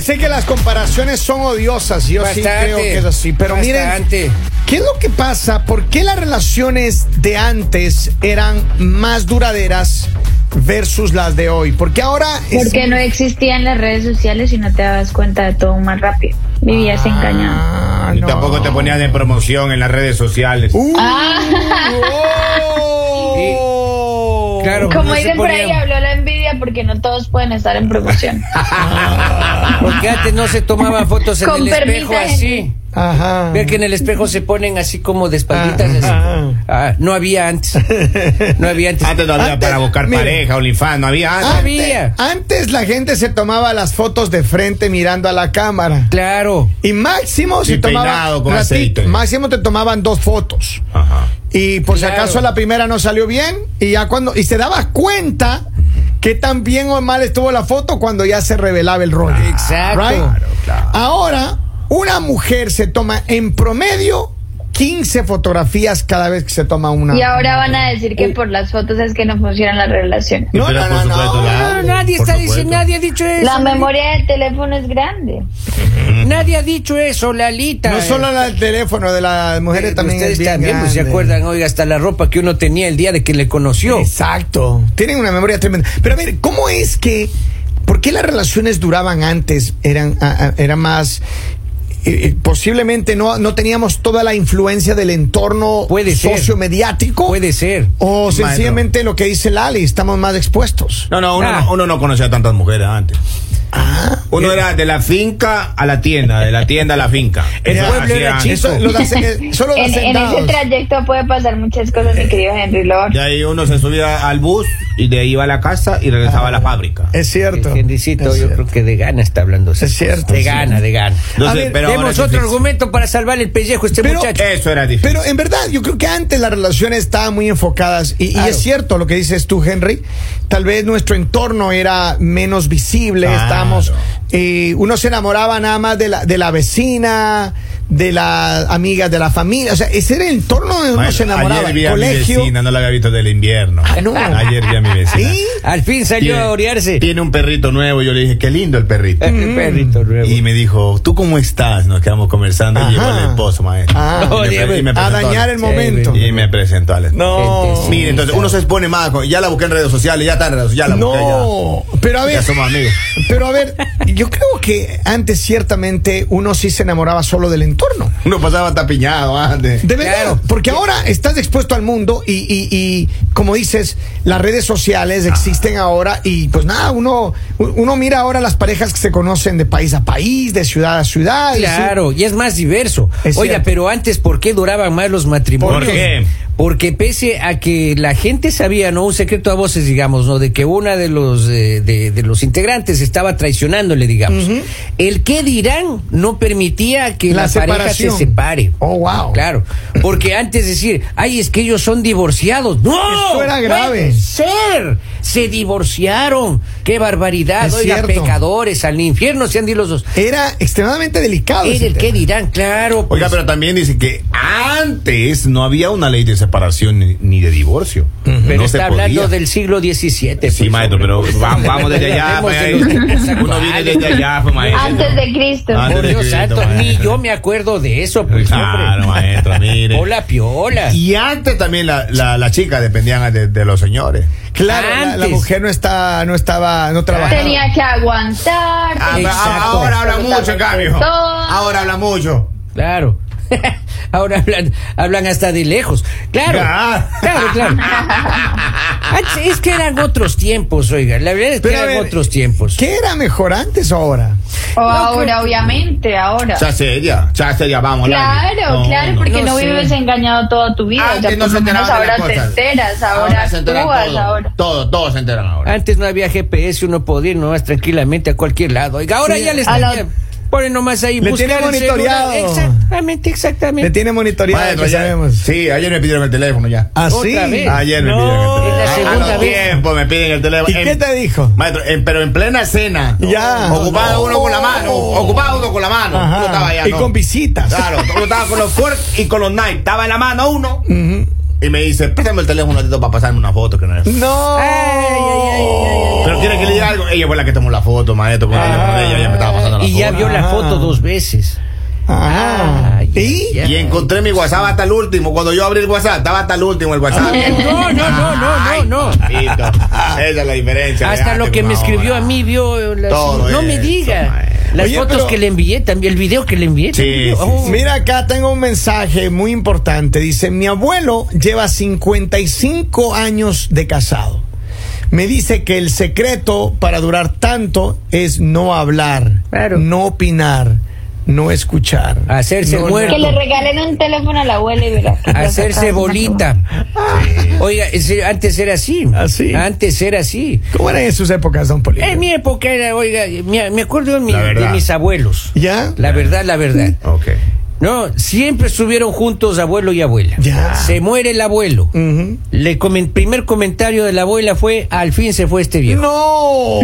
sé que las comparaciones son odiosas, yo sí Bastante, creo que es así, pero bastante. miren, ¿qué es lo que pasa? ¿Por qué las relaciones de antes eran más duraderas versus las de hoy? Porque ahora es- Porque no existían las redes sociales y no te dabas cuenta de todo más rápido. Vivías engañado. Ah, Y no. tampoco te ponías de promoción en las redes sociales. Uh, ¡Oh! Y- claro, Como no se dicen por ahí, ponían- habló la envidia porque no todos pueden estar en promoción. Ah, Porque antes no se tomaban fotos en Con el espejo permisa, así. Ajá. Ver que en el espejo se ponen así como de espalditas. Ah, ah, así. Ah, no había antes. No había antes. Antes no había Antes, para buscar mire. pareja, OnlyFans, no había antes. Ah, había. Antes la gente se tomaba las fotos de frente mirando a la cámara. Claro. Y máximo se Y tomaba peinado con aceite. máximo te tomaban dos fotos. Ajá. Y por si Claro. acaso la primera no salió bien y ya cuando y se daba cuenta que tan bien o mal estuvo la foto cuando ya se revelaba el rollo. Ah, Exacto. Claro, claro. Ahora una mujer se toma en promedio 15 fotografías cada vez que se toma una. Y ahora van a decir que por las fotos es que no funcionan las relaciones. No, Pero no, por no, supuesto, no. la- No, nadie por está supuesto. diciendo, nadie ha dicho eso. La memoria del teléfono es grande. Nadie ha dicho eso, Lalita. No solo la del teléfono de las mujeres Eh, también Ustedes es bien también pues, se grande. acuerdan, oiga, hasta la ropa que uno tenía el día de que le conoció. Exacto. Tienen una memoria tremenda. Pero a ver, ¿cómo es que, por qué las relaciones duraban antes? Eran, a- a- era más. eh, eh, posiblemente no, no teníamos toda la influencia del entorno Puede ser. sociomediático. Puede ser. O Maestro. sencillamente lo que dice Lali, estamos más expuestos. No, no uno, Ah. no, uno no conocía a tantas mujeres antes. Ah, Uno era de la finca a la tienda, de la tienda a la finca. El Eso pueblo era hacían- chico. eso- Eso, los ace- solo los En, en ese sentados. trayecto puede pasar muchas cosas, mi querido Henry Lord. Y ahí uno se subía al bus y de ahí iba a la casa y regresaba a la fábrica. Ah. Es cierto. Henrycito, Es yo cierto. creo que de gana está hablando. Es cierto. De gana, de gana. No A sé, ver, pero ahora Demos es otro difícil. argumento para salvar el pellejo a este Pero- muchacho. Eso era difícil. Pero en verdad, yo creo que antes las relaciones estaban muy enfocadas, y, y Claro. es cierto lo que dices tú, Henry. Tal vez nuestro entorno era menos visible, Claro. estábamos. eh, uno se enamoraba nada más de la, de la vecina, de las amigas de la familia. O sea, ese era el entorno donde uno Bueno, se enamoraba. ayer vi El a mi colegio. vecina, no la había visto del invierno. Ah, no. Ayer vi a mi vecina. ¿Y? Al fin salió Tiene- a orearse. Tiene un perrito nuevo, yo le dije, qué lindo el perrito. Eh, perrito Este, nuevo. Y me dijo, ¿tú cómo estás? Nos quedamos conversando Ajá. y llegó el esposo, maestro. Ah. y, me, pre- y me a presentó dañar el al- Sí, momento. Y me presentó al No. Gente, Mire, entonces uno se expone más. con- Ya la busqué en redes sociales, ya está en redes sociales. Ya la busqué, No. Pero a ya. ver. Ya somos amigos. Pero a ver, yo creo que antes ciertamente uno sí se enamoraba solo del entorno. Uno pasaba tapiñado antes. De verdad, Claro. porque ahora estás expuesto al mundo y, y- y, como dices, las redes sociales Ah. existen ahora y pues nada, uno, uno mira ahora las parejas que se conocen de país a país, de ciudad a ciudad. y sí. Ah, Claro, y es más diverso. Es Oiga, cierto. pero antes, ¿por qué duraban más los matrimonios? ¿Por qué? Porque pese a que la gente sabía, ¿no? Un secreto a voces, digamos, ¿no? De que una de los, eh, de, de los integrantes estaba traicionándole, digamos. El qué dirán no permitía que La la, pareja se separación. separe. Oh, wow. Claro. Porque antes decir, ay, es que ellos son divorciados. ¡No! Eso era grave. ¡Puede ser! Se divorciaron. ¡Qué barbaridad! Es Oiga, cierto. Ah, pecadores, al infierno se han ido los dos. Era extremadamente delicado. Era ese el tema. que dirán, claro. pues, Oiga, pero también dice que antes no había una ley de separación ni, ni de divorcio. Pero no se está podía. hablando del siglo XVII. Sí, pues, maestro, hombre. pero va- vamos desde allá. Hablemos pues, de los tiempos ahí. Uno viene desde allá, pues, maestro. Antes de Cristo. Ah, Por Dios santo, ni yo me acuerdo de eso. Pues, Claro, hombre. maestro, mire. Hola, piola. Y antes también la- la- las chicas dependían de, de los señores. Claro, la- la, Antes. mujer no está, no estaba, no trabajaba. Tenía que aguantar. Ah, tenía pero Exacto. que ahora habla soportar mucho, en cambio. todo. Ahora habla mucho. Claro. Ahora hablan, hablan hasta de lejos. Claro. Ya. Claro, claro. Antes, Es que eran otros tiempos, oiga. La verdad es que Pero a eran ver, otros tiempos. ¿Qué era mejor antes o ahora? Ah, O pues, ahora, obviamente, ahora. Ya seria, ya seria, vamos. Lali. Claro, No, claro, no. porque No no, sé. vives engañado toda tu vida. Antes ya no por se lo menos enteraban de ahora las te cosas. enteras, ahora, se enteran actúas, todo, ahora. Todo, todos se enteran ahora. Antes no había GPS, uno podía ir nomás tranquilamente a cualquier lado. Oiga, ahora Sí, ya le a están. la- Ponen nomás ahí. Le buscar tiene el celular. monitoreado. Exactamente, Le exactamente. tiene monitoreado, Maestro, que ya- sabemos. ¿Ah, Sí, ayer me pidieron el teléfono ya. Así. Otra vez. Ayer me No. pidieron Es el la teléfono. segunda A los vez. tiempos me piden el teléfono. ¿Y En- qué te dijo? Maestro, en- pero en plena cena. Ya. Ocupado No. uno con la mano. Ocupado uno con la mano. Ajá. Uno estaba allá, Y ¿no? con visitas. Claro, uno estaba con los forks y con los knives. Estaba en la mano uno. Y me dice, préstame el teléfono un ratito para pasarme una foto que no es. No. Ay, ay, ay, ay, ay, ay. Oh. Pero quiere que le diga algo. ella fue la que tomó la foto, maestro. Cuando yo con ella, ya me estaba pasando la y ya foto. vio la foto dos veces. Ah, Ah, ya, ¿y? ya. Y encontré mi WhatsApp hasta el último. Cuando yo abrí el WhatsApp, estaba hasta el último el WhatsApp. No, no, no, no, no, no. Listo. Esa es la diferencia. Hasta de lo antes que con me escribió ahora. a mí vio. las- Todo no me eso, diga. maestro. Las Oye, fotos pero- que le envié, también el video que le envié. Sí, también. sí, Oh. Mira, acá tengo un mensaje muy importante. Dice, mi abuelo lleva 55 años de casado. Me dice que el secreto para durar tanto es no hablar, Claro. no opinar, no escuchar. Hacerse No, muerto. Que le regalen un teléfono a la abuela y verá. que Hacerse ya saca bolita. Ah. Oiga, ese- antes era así. Así. Antes era así. ¿Cómo eran en sus épocas, don Polito? En mi época era, oiga, me, me acuerdo de, mi- La verdad. de mis abuelos. ¿Ya? La verdad, la verdad. Ok. No, siempre estuvieron juntos abuelo y abuela. Ya. Mm. Se muere el abuelo. Ujú. Le comen- primer comentario de la abuela fue, al fin se fue este viejo. No.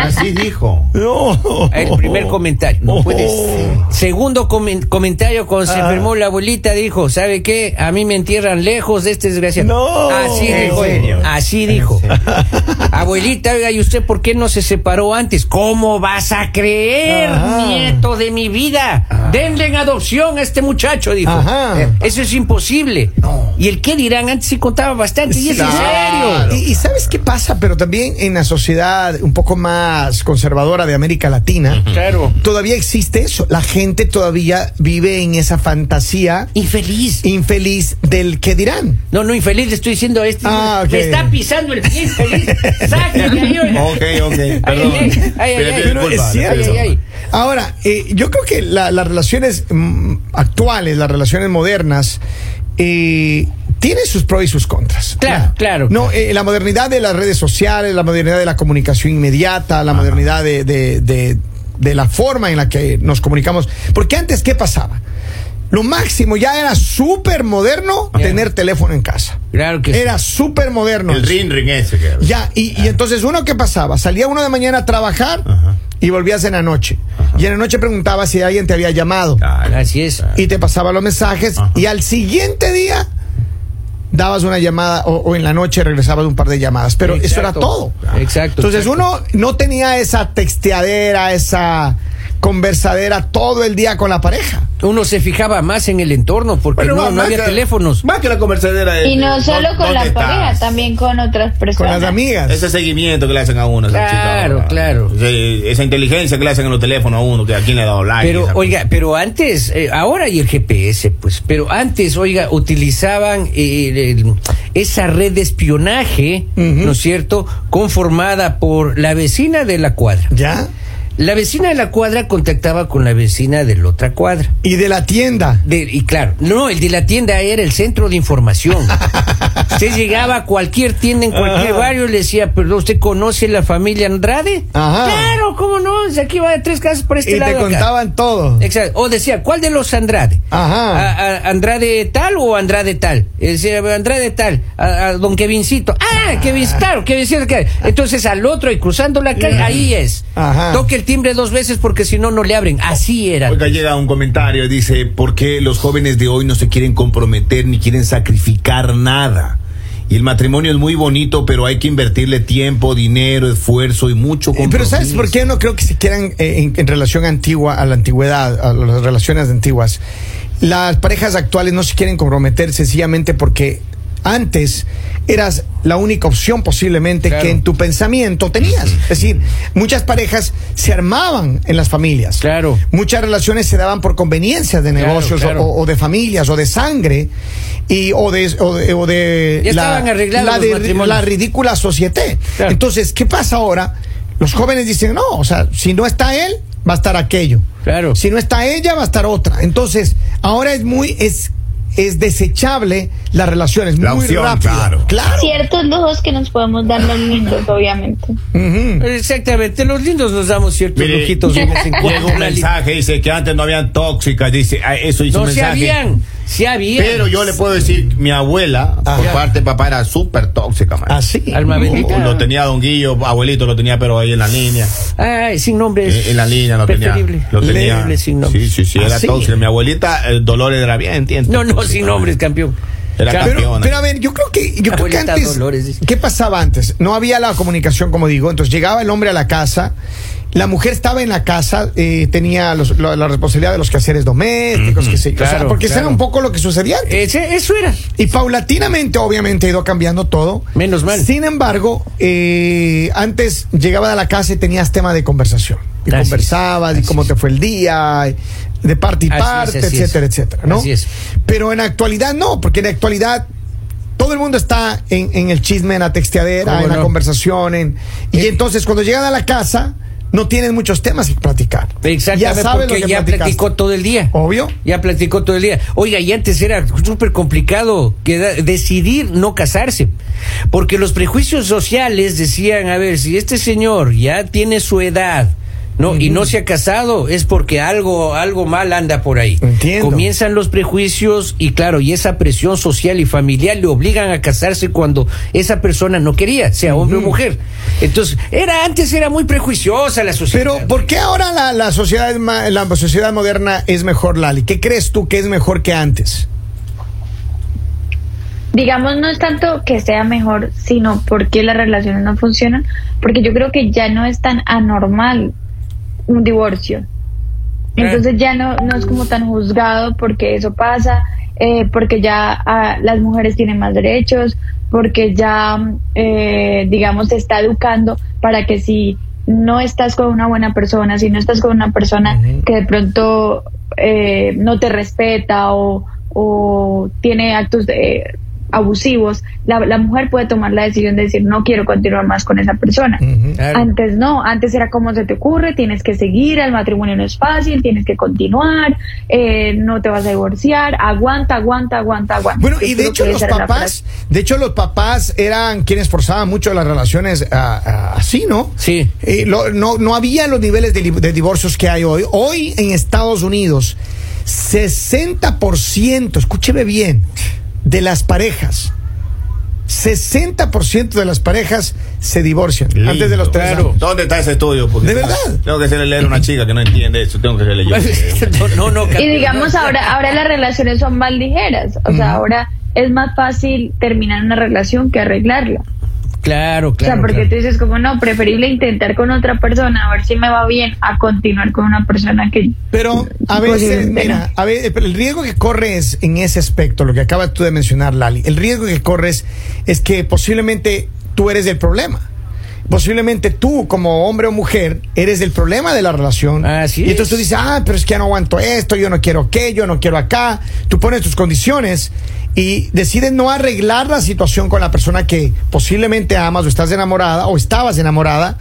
Así dijo. No. El primer comentario. No Oh. puede ser. Segundo comen- comentario cuando se Ah. enfermó la abuelita dijo, ¿sabe qué? A mí me entierran lejos de este desgraciado. No. Así ¿En dijo. serio? Así ¿En dijo. serio? abuelita, oiga, ¿y usted por qué no se separó antes? ¿Cómo vas a creer, Ajá. nieto de mi vida? Denle en adopción a este muchacho, dijo. Ajá. Eh, Eso es imposible. No. Y el qué dirán antes sí contaba bastante. Y es en Sí. serio. Y, y sabes qué pasa, pero también en la sociedad un poco más conservadora de América Latina, Claro. todavía existe eso. La gente todavía vive en esa fantasía Infeliz. infeliz del que dirán. No, no, infeliz, le estoy diciendo a este. Ah, ok. Me está pisando el pie, infeliz. Sáquenme ahí, oiga. Ok, ok. ay, ay, Perdón. Pide- ay, pide ay. Pero disculpas, es cierto. pide ay, ay. Ahora, eh, yo creo que la- las relaciones mm, actuales, las relaciones modernas, eh, tienen sus pros y sus contras. Claro, Ya. claro. No, eh, la modernidad de las redes sociales, la modernidad de la comunicación inmediata, la modernidad de, de- de- de la forma en la que nos comunicamos. Porque antes, ¿qué pasaba? Lo máximo ya era súper moderno Ya. tener teléfono en casa. Claro que sí. Era súper moderno. El ring ring ese que Ya, y, y entonces uno que pasaba, salía uno de mañana a trabajar Ah. Ajá. y volvías en la noche. Y en la noche preguntaba si alguien te había llamado Claro. Así es. y te pasaba los mensajes Ah. Ajá. y al siguiente día dabas una llamada o, o en la noche regresabas un par de llamadas, pero eso era Exacto. Ah. todo. Exacto. Entonces exacto. uno no tenía esa texteadera, esa conversadera todo el día con la pareja. Uno se fijaba más en el entorno porque Bueno, no, más- no más había que- teléfonos. Más que la conversadera. Y es- no solo con ¿dónde la estás? pareja, también con otras Con personas. las amigas. Ese seguimiento que le hacen a uno. esas Claro, chicas ahora. claro. Sí, esa inteligencia que le hacen en los teléfonos a uno, que a quién le ha dado like. Pero, esa cosa. oiga, pero antes, eh, ahora hay el GPS, pues, pero antes, oiga, utilizaban eh, el- el- esa red de espionaje, ¿no es cierto?, conformada por la vecina de la cuadra. ¿Ya? La vecina de la cuadra contactaba con la vecina de la otra cuadra. Y de la tienda. De- y claro, no, el de la tienda era el centro de información. usted llegaba a cualquier tienda en cualquier Ajá. barrio y le decía, perdón, ¿usted conoce la familia Andrade? Ajá. Claro, ¿cómo no? Si Aquí va de tres casas por este Y lado. te acá". contaban todo. Exacto. O decía, ¿cuál de los Andrade? Ajá. A- a- ¿Andrade tal o Andrade tal? Eh, Decía, Andrade tal, a, a don Kevincito. Ah, Kevin, claro, Kevincito. que- Entonces al otro y cruzando la calle, ahí es. Ajá. Toque el timbre dos veces porque si no, no le abren. Así era. Oiga, llega un comentario y dice, ¿por qué los jóvenes de hoy no se quieren comprometer ni quieren sacrificar nada? Y el matrimonio es muy bonito, pero hay que invertirle tiempo, dinero, esfuerzo y mucho Eh, compromiso. Pero ¿sabes por qué no creo que se quieran eh, en, en relación antigua a la antigüedad, a las relaciones antiguas? Las parejas actuales no se quieren comprometer sencillamente porque antes eras la única opción posiblemente Claro. que en tu pensamiento tenías. Es decir, muchas parejas se armaban en las familias. Claro. Muchas relaciones se daban por conveniencias de Claro, negocios o- claro. O, o de familias o de sangre y o de o de, o de Ya estaban arreglados la, los de- matrimonios. la ridícula sociedad. Claro. Entonces, ¿qué pasa ahora? Los jóvenes dicen, no, o sea, si no está él, va a estar aquello. Claro. Si no está ella, va a estar otra. Entonces, ahora es muy, es, es desechable las relaciones. La muy opción, rápido. claro. Claro. Ciertos lujos que nos podemos dar los lindos, obviamente. Ujú. Exactamente, los lindos nos damos ciertos Mire, lujitos de vez en Llega cuando. un mensaje, dice que antes no habían tóxicas, dice, ah, eso hizo No un se mensaje. habían, se habían. Pero yo le puedo decir, mi abuela, por Ajá. parte de papá, era súper tóxica, Ah, man. Así. Alma bendita. Lo tenía Don Guillo, abuelito lo tenía, pero ahí en la línea. Ay, sin nombre. Eh, en la línea lo tenía. preferible. Lo tenía. Preferible sin nombre. Sí, sí, sí, ¿Ah, era sí? tóxica. Mi abuelita, eh, Dolores era bien, entiendo. No, no, sin nombres, campeón. Era Claro. Pero, campeona. pero a ver, yo creo que, yo creo que Abuelita antes. Dolores, dice. ¿Qué pasaba antes? No había la comunicación, como digo. Entonces llegaba el hombre a la casa. La mujer estaba en la casa, eh, tenía los- la, la responsabilidad de los quehaceres domésticos, que sé yo. O sea, claro, porque eso era claro. un poco lo que sucedía. antes. Ese- eso era. Y paulatinamente, obviamente, ha ido cambiando todo. Menos mal. Sin embargo, eh, antes llegaba a la casa y tenías tema de conversación. Y Así es, conversabas, y así cómo es. te fue el día, y de parte y Así es, parte, así es. etcétera, etcétera, ¿no? Así es. Pero en la actualidad no, porque en la actualidad todo el mundo está en, en el chisme, en la texteadera, ¿Cómo en la no? Eh. conversación. en- y entonces, cuando llegan a la casa, no tienen muchos temas que platicar. Exactamente, sabes lo porque que ya platicaste. platicó todo el día. Obvio. Ya platicó todo el día. Oiga, y antes era súper complicado queda- decidir no casarse. Porque los prejuicios sociales decían, a ver, si este señor ya tiene su edad. No, y no se ha casado, es porque algo, algo mal anda por ahí. Entiendo. Comienzan los prejuicios y claro, y esa presión social y familiar le obligan a casarse cuando esa persona no quería, sea hombre o mujer. Entonces, era antes era muy prejuiciosa la sociedad. Pero ¿por qué ahora la, la sociedad es ma- la sociedad moderna es mejor, Lali? ¿Qué crees tú que es mejor que antes? digamos, no es tanto que sea mejor, sino porque las relaciones no funcionan, porque yo creo que ya no es tan anormal un divorcio. Claro. Entonces ya no, no es como tan juzgado porque eso pasa, eh, porque ya ah, las mujeres tienen más derechos, porque ya, mm, eh, digamos, se está educando para que si no estás con una buena persona, si no estás con una persona Ujú. que de pronto eh, no te respeta o, o tiene actos de- eh, abusivos, la, la mujer puede tomar la decisión de decir no quiero continuar más con esa persona. Claro. Antes Pues no, antes era como se te ocurre, tienes que seguir, el matrimonio no es fácil, tienes que continuar, eh, no te vas a divorciar, aguanta, aguanta, aguanta, aguanta. Bueno, Yo y de creo hecho que los esa era la papás, de hecho los papás eran quienes forzaban mucho las relaciones ah, ah, así, ¿no? Sí. Eh, lo- no, no había los niveles de, li- de divorcios que hay hoy. Hoy en Estados Unidos, 60%, escúcheme bien, de las parejas, 60% de las parejas se divorcian Lindo. antes de los tres Claro. años. ¿Dónde está ese estudio? Porque ¿De tengo- verdad? Tengo que hacerle leer a una chica que no entiende eso. Tengo que hacerle yo. no, no, no, frase. Carmen, Y digamos, no. ahora, ahora las relaciones son más ligeras, o sea, ahora es más fácil terminar una relación que arreglarla. Claro, O sea, claro. porque claro. tú dices como no, preferible intentar con otra persona a ver si me va bien a continuar con una persona que Pero a veces, Posiblemente mira, a ve- el riesgo que corres en ese aspecto, lo que acabas tú de mencionar, Lali, el riesgo que corres es que posiblemente tú eres el problema. Posiblemente tú, como hombre o mujer, eres el problema de la relación. Así y entonces tú es. dices, ah, pero es que ya no aguanto esto, yo no quiero qué, yo no quiero acá. Tú pones tus condiciones y decides no arreglar la situación con la persona que posiblemente amas o estás enamorada o estabas enamorada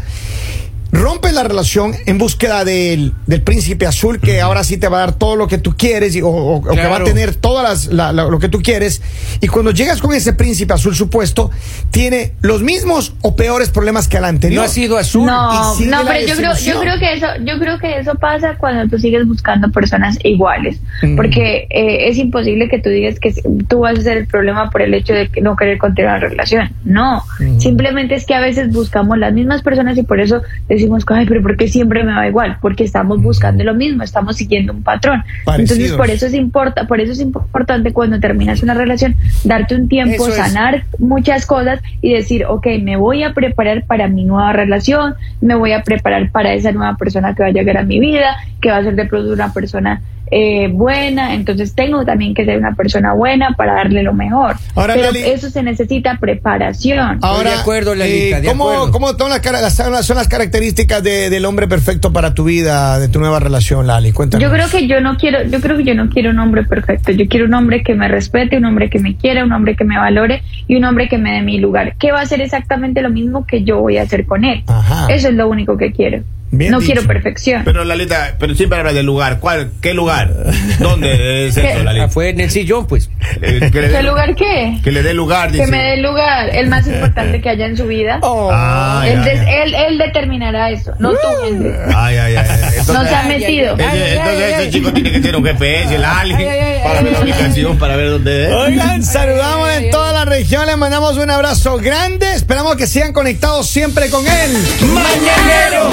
rompes la relación en búsqueda del, del príncipe azul que ahora sí te va a dar todo lo que tú quieres y- o, o- o que va a Claro. tener todas las- la- la- lo que tú quieres y cuando llegas con ese príncipe azul supuesto tiene los mismos o peores problemas que el anterior No ha sido azul. No, y sigue no, la pero yo creo, yo desilusión. creo que eso, yo creo que eso pasa cuando tú sigues buscando personas iguales, Mm. porque eh, es imposible que tú digas que tú vas a ser el problema por el hecho de que no querer continuar la relación. No, Mm. simplemente es que a veces buscamos las mismas personas y por eso decimos, ay, pero ¿por qué siempre me va igual? Porque estamos buscando lo mismo, estamos siguiendo un patrón. Entonces Mm. Parecidos. por eso es importa, por eso es importante cuando terminas una relación darte un tiempo, Eso es. sanar sanar muchas cosas y decir, ok, me voy a preparar para mi nueva relación, me voy a preparar para esa nueva persona que va a llegar a mi vida, que va a ser de pronto una persona eh, buena, entonces tengo también que ser una persona buena para darle lo mejor. Ahora, Pero Lali- eso se necesita preparación. ahora eh, de acuerdo, Lalita, de ¿cómo, acuerdo. cómo son las, cara- las- son las- son las características de- del hombre perfecto para tu vida de tu nueva relación Lali cuéntanos Yo creo que yo no quiero, yo creo que yo no quiero un hombre perfecto. Yo quiero un hombre que me respete, un hombre que me quiera, un hombre que me valore y un hombre que me dé mi lugar. Que va a ser exactamente lo mismo que yo voy a hacer con él. Ajá. Eso es lo único que quiero. Bien no dicho. quiero perfección. Pero Lalita, pero siempre habla del lugar. ¿Cuál? ¿Qué lugar? ¿Dónde es eso, ¿Qué? Lalita? Ah, fue en el sillón, pues. Eh, Que ¿Qué le dé, lugar qué? que le dé lugar, Que dice. me dé lugar, el más importante que haya en su vida. Oh. Ah, él, ya, des- ya. él, él determinará eso, no tú, Henry. Ay, ay, ay. ay. Entonces, No se ha Ay, ay, metido. ay, ay, entonces ay, ese ay. chico tiene que tener un GPS, el Ali, Ay, ay, ay, para ay, ver la ay, ubicación, para ver dónde es. Oigan, saludamos ay, en ay. toda la región, les mandamos un abrazo grande, esperamos que sigan conectados siempre con él. Mañanero.